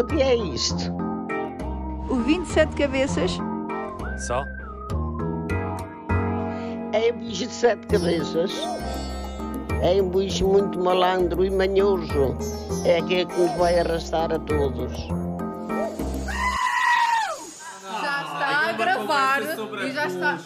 O que é isto? O 27 cabeças Só? É um bicho de sete cabeças. É um bicho muito malandro e manhoso. É aquele que nos vai arrastar a todos. Ah, já está a gravar e já está.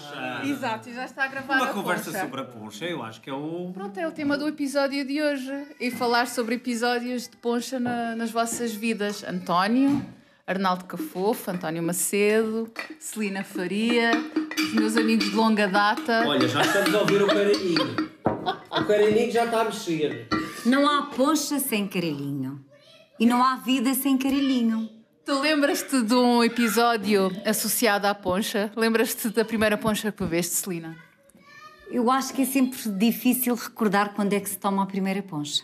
Exato, e já está a gravar Uma a conversa concha. sobre a poncha, eu acho que é o. Pronto, é o tema do episódio de hoje. E falar sobre episódios de poncha na- nas vossas vidas. António, Arnaldo Cafofo, António Macedo, Celina Faria, os meus amigos de longa data. Olha, já estamos a ouvir o caraninho. O caraninho já está a mexer. Não há poncha sem caralhinho. E não há vida sem caralhinho. Tu lembras-te de um episódio associado à poncha? Lembras-te da primeira poncha que bebeste, Celina? Eu acho que é sempre difícil recordar quando é que se toma a primeira poncha.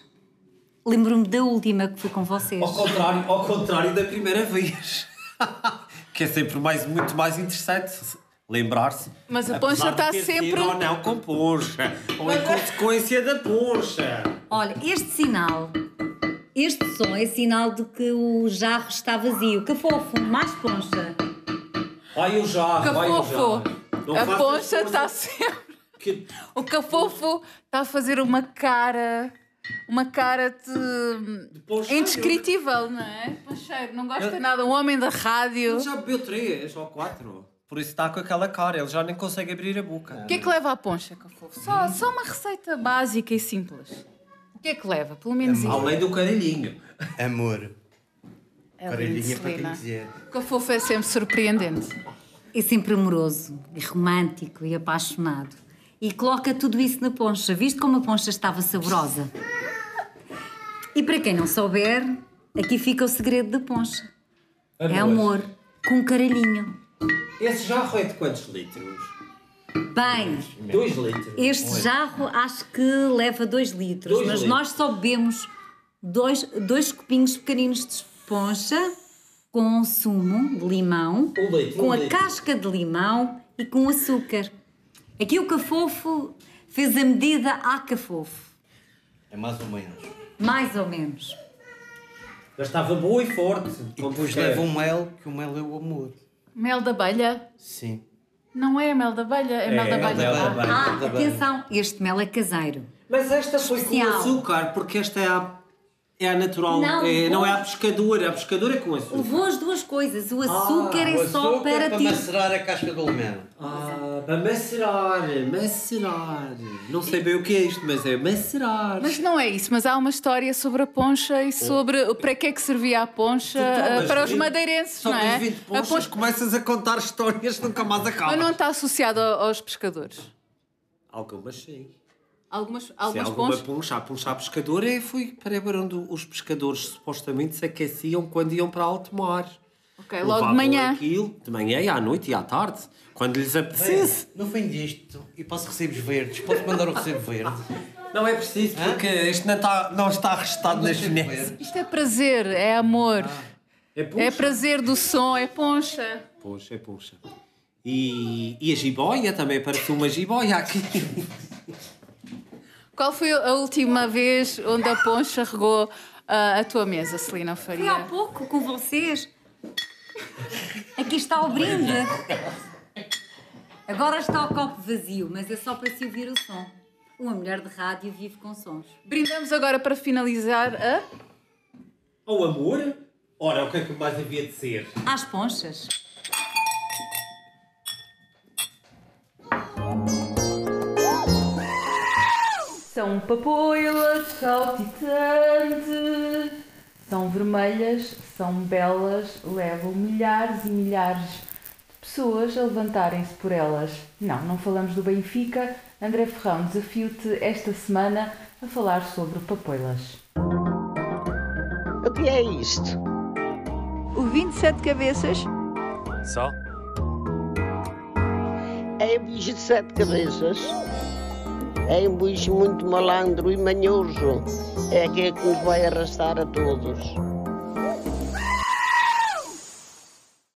Lembro-me da última que fui com vocês. Ao contrário, ao contrário da primeira vez. que é sempre mais, muito mais interessante se- lembrar-se. Mas a Apesar poncha de está ter sempre- sido Ou não com poncha. Ou em consequência da poncha. Olha, este sinal, este som é sinal de que o jarro está vazio. Que fofo, mais poncha. Vai o jarro, vai o Cafofo! jarro. Não A faças poncha coisas está sempre. que- O Cafofo está tá a fazer uma cara. Uma cara de. poncheiro. indescritível, não é? Poncheiro, não gosta nada. Um homem da rádio. Ele já bebeu três ou quatro. Por isso está com aquela cara, ele já nem consegue abrir a boca. O que é que leva à poncha, Cafofo? Só, só uma receita básica e simples. O que é que leva? Pelo menos isso. Além do caralhinho. Amor. É lindo, Caralhinha para quem Celina. quiser. O Cafofo é sempre surpreendente. É sempre amoroso, e romântico e apaixonado. E coloca tudo isso na poncha. Viste como a poncha estava saborosa? E para quem não souber, aqui fica o segredo da poncha. É amor, com caralhinho. Esse jarro é de quantos litros? Bem, Dois litros. este jarro acho que leva 2 litros, Dois mas litros. nós só bebemos dois, dois copinhos pequeninos de poncha com um sumo de limão, Um litro, com um a litro. casca de limão e com açúcar. Aqui o cafofo fez a medida a cafofo, É mais ou menos. mais ou menos. Mas estava boa e forte. E como depois se quer. leva um mel, que o mel é o amor. Mel da abelha? Sim. Não é mel da abelha, é, mel da mel abelha. da Ah, abelha. Ah, tá bem. atenção, este mel é caseiro. Mas esta foi com Especial. açúcar, porque esta é a, é a natural. Não, é, não é a pois. pescadora, a pescadora é com açúcar. Levou as duas coisas, o açúcar é O só açúcar para, ti. macerar a casca do limão. Ah, para macerar, macerar. Não sei bem o que é isto, mas é macerar. Mas não é isso, mas há uma história sobre a poncha e sobre o- para que é que servia a poncha eh, para os madeirenses, Só não é? tens 20 A ponchas, poncha começas a contar histórias, nunca mais acaba. mas não está associada ao- aos pescadores. Algumas sim. Algumas, Se algumas alguma ponchas. puncha, a puncha pescadora é- foi para onde os pescadores supostamente se aqueciam quando iam para alto mar. Ok, logo de Levavam manhã. Aquilo, de manhã e à noite e à tarde, quando lhes apetecesse. No fim disto, e passo recibos verdes. Posso mandar o recibo verde? Não é preciso, porque isto não está, não está arrestado nas finanças. Isto é prazer, é amor, É é puncha. prazer do som, é poncha. Poxa, é puncha. E, e a jiboia também, parece uma jiboia aqui. Qual foi a última vez onde a poncha regou ah, a tua mesa, Celina Fui há Faria? pouco com vocês. Aqui está o brinde. Agora está o copo vazio, mas é só para se ouvir o som. Uma mulher de rádio vive com sons. Brindamos agora para finalizar a. Ao amor? Ora, o que é que mais havia de ser? Às ponchas. São papoilas saltitantes, são vermelhas, são belas, levam milhares e milhares de pessoas a levantarem-se por elas. Não, não falamos do Benfica. André Ferrão, desafio-te esta semana a falar sobre papoilas. O que é isto? o 27 cabeças Só? É um bicho de sete cabeças. É um bicho muito malandro e manhoso. É aquele que nos vai arrastar a todos.